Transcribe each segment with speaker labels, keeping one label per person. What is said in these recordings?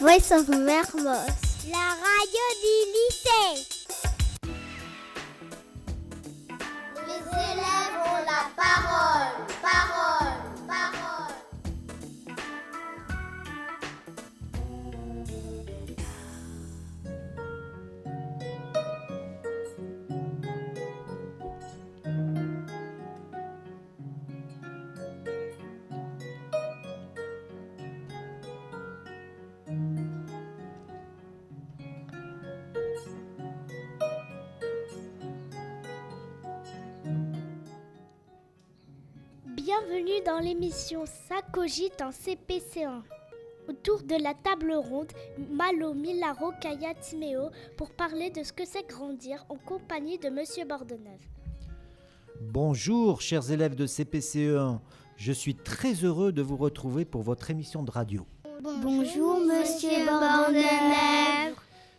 Speaker 1: Voice of Mermos. La radio du lycée.
Speaker 2: Les élèves ont la parole, parole, parole.
Speaker 1: Bienvenue dans l'émission Ça cogite en CPC1. Autour de la table ronde, Malo, Milaro, Kaya, Timéo pour parler de ce que c'est grandir en compagnie de Monsieur Bordeneuve.
Speaker 3: Bonjour chers élèves de CPCE1, E je suis très heureux de vous retrouver pour votre émission de radio.
Speaker 1: Bonjour Monsieur Bordeneuve.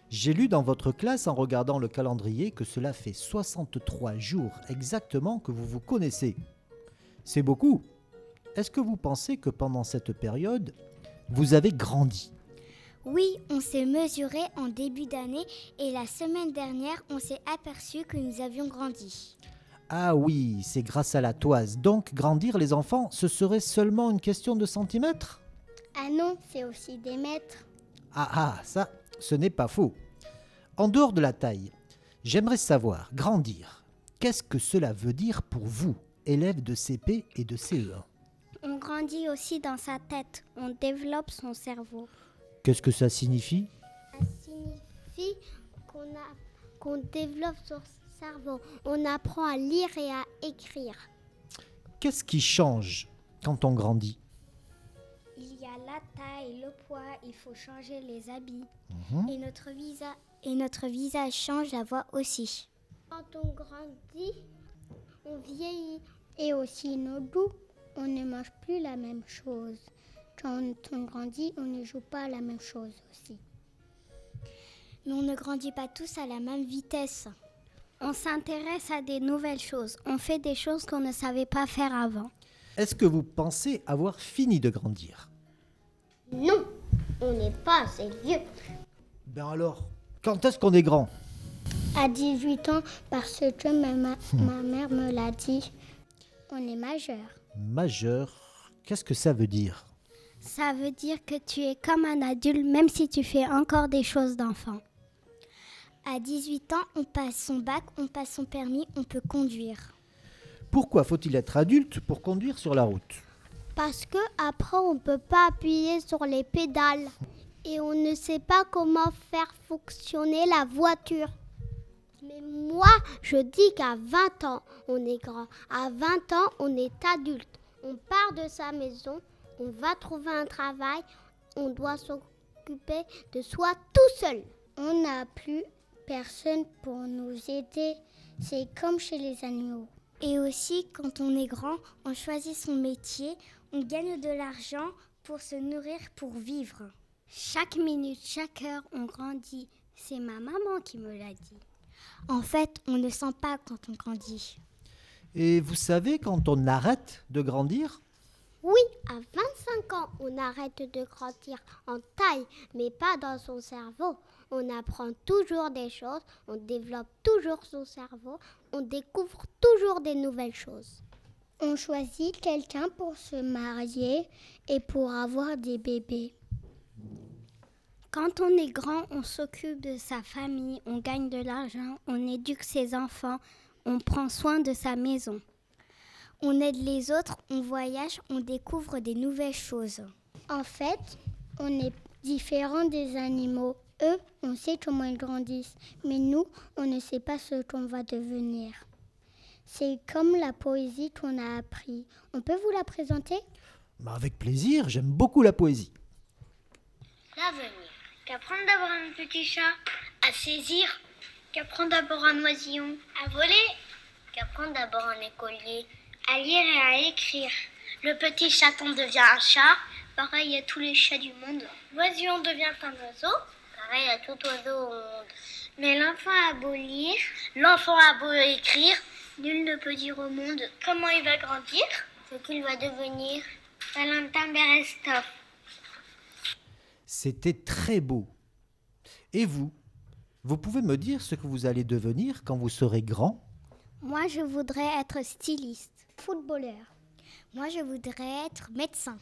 Speaker 3: J'ai lu dans votre classe en regardant le calendrier que cela fait 63 jours exactement que vous vous connaissez. C'est beaucoup. Est-ce que vous pensez que pendant cette période, vous avez grandi
Speaker 4: Oui, on s'est mesuré en début d'année et la semaine dernière, on s'est aperçu que nous avions grandi.
Speaker 3: Ah oui, c'est grâce à la toise. Donc grandir les enfants, ce serait seulement une question de centimètres
Speaker 1: Ah non, c'est aussi des mètres.
Speaker 3: Ah ah, ça, ce n'est pas faux. En dehors de la taille, j'aimerais savoir, grandir, qu'est-ce que cela veut dire pour vous, élèves de CP et de E CE1
Speaker 4: On grandit aussi dans sa tête, on développe son cerveau.
Speaker 3: Qu'est-ce que ça signifie
Speaker 1: signifie qu'on a- qu'on développe son cerveau. On apprend à lire et à écrire.
Speaker 3: Qu'est-ce qui change quand on grandit
Speaker 4: Il y a la taille, le poids, il faut changer les habits.
Speaker 3: Mhm.
Speaker 4: Et, notre visa- et notre visage change, la voix aussi.
Speaker 1: Quand on grandit, on vieillit et aussi nos goûts. On ne mange plus la même chose. Quand on grandit, on ne joue pas à la même chose aussi.
Speaker 4: Mais on ne grandit pas tous à la même vitesse. On s'intéresse à des nouvelles choses, on fait des choses qu'on ne savait pas faire avant.
Speaker 3: Est-ce que vous pensez avoir fini de grandir
Speaker 2: Non, on n'est pas assez vieux.
Speaker 3: Ben alors, quand est-ce qu'on est grand
Speaker 1: À 18 ans, parce que ma, ma- ma mère me l'a dit, on est majeur.
Speaker 3: Majeur, qu'est-ce que ça veut dire
Speaker 4: Ça veut dire que tu es comme un adulte même si tu fais encore des choses d'enfant. À 18 ans, on passe son bac, on passe son permis, on peut conduire.
Speaker 3: Pourquoi faut-il être adulte pour conduire sur la route
Speaker 1: Parce que après on peut pas appuyer sur les pédales et on ne sait pas comment faire fonctionner la voiture. Mais moi, je dis qu'à 20 ans, on est grand. À 20 ans, on est adulte. On part de sa maison, on va trouver un travail, on doit s'occuper de soi tout seul. On n'a plus personne pour nous aider. C'est comme chez les animaux.
Speaker 4: Et aussi, quand on est grand, on choisit son métier, on gagne de l'argent pour se nourrir, pour vivre. Chaque minute, chaque heure, on grandit. C'est ma maman qui me l'a dit. En fait, on ne sent pas quand on grandit.
Speaker 3: Et vous savez quand on arrête de grandir
Speaker 1: Oui, à 25 ans, on arrête de grandir en taille, mais pas dans son cerveau. On apprend toujours des choses, on développe toujours son cerveau, on découvre toujours des nouvelles choses. On choisit quelqu'un pour se marier et pour avoir des bébés.
Speaker 4: Quand on est grand, on s'occupe de sa famille, on gagne de l'argent, on éduque ses enfants, on prend soin de sa maison. On aide les autres, on voyage, on découvre des nouvelles choses.
Speaker 1: En fait, on est différent des animaux. Eux, on sait comment ils grandissent, mais nous, on ne sait pas ce qu'on va devenir. C'est comme la poésie qu'on a appris. On peut vous la présenter
Speaker 3: Bah, Avec plaisir, j'aime beaucoup la poésie.
Speaker 2: L'avenir. Qu'apprendre d'abord un petit chat à saisir. Qu'apprendre d'abord un oisillon à voler. Qu'apprendre d'abord un écolier à lire et à écrire. Le petit chaton devient un chat, pareil à tous les chats du monde. L'oisillon devient un oiseau, pareil à tout oiseau au monde. Mais l'enfant a beau lire, l'enfant a beau écrire, nul ne peut dire au monde comment il va grandir, ce qu'il va devenir. Valentin Berestov.
Speaker 3: C'était très beau. Et vous Vous pouvez me dire ce que vous allez devenir quand vous serez grand
Speaker 4: Moi, je voudrais être styliste. Footballeur. Moi, je voudrais être médecin.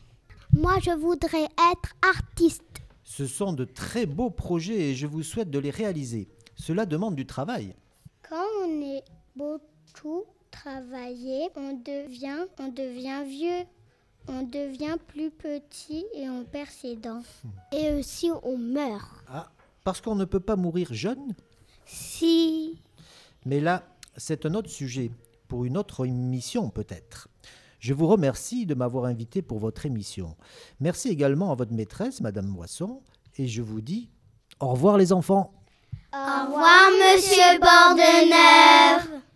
Speaker 1: Moi, je voudrais être artiste.
Speaker 3: Ce sont de très beaux projets et je vous souhaite de les réaliser. Cela demande du travail.
Speaker 1: Quand on est beaucoup travaillé, on devient, on devient vieux. On devient plus petit et on perd ses dents. Et aussi on meurt.
Speaker 3: Ah, parce qu'on ne peut pas mourir jeune
Speaker 1: Si
Speaker 3: Mais là, c'est un autre sujet, pour une autre émission peut-être. Je vous remercie de m'avoir invité pour votre émission. Merci également à votre maîtresse, Madame Moisson, et je vous dis au revoir les enfants.
Speaker 1: Au revoir, monsieur Bordeneuve.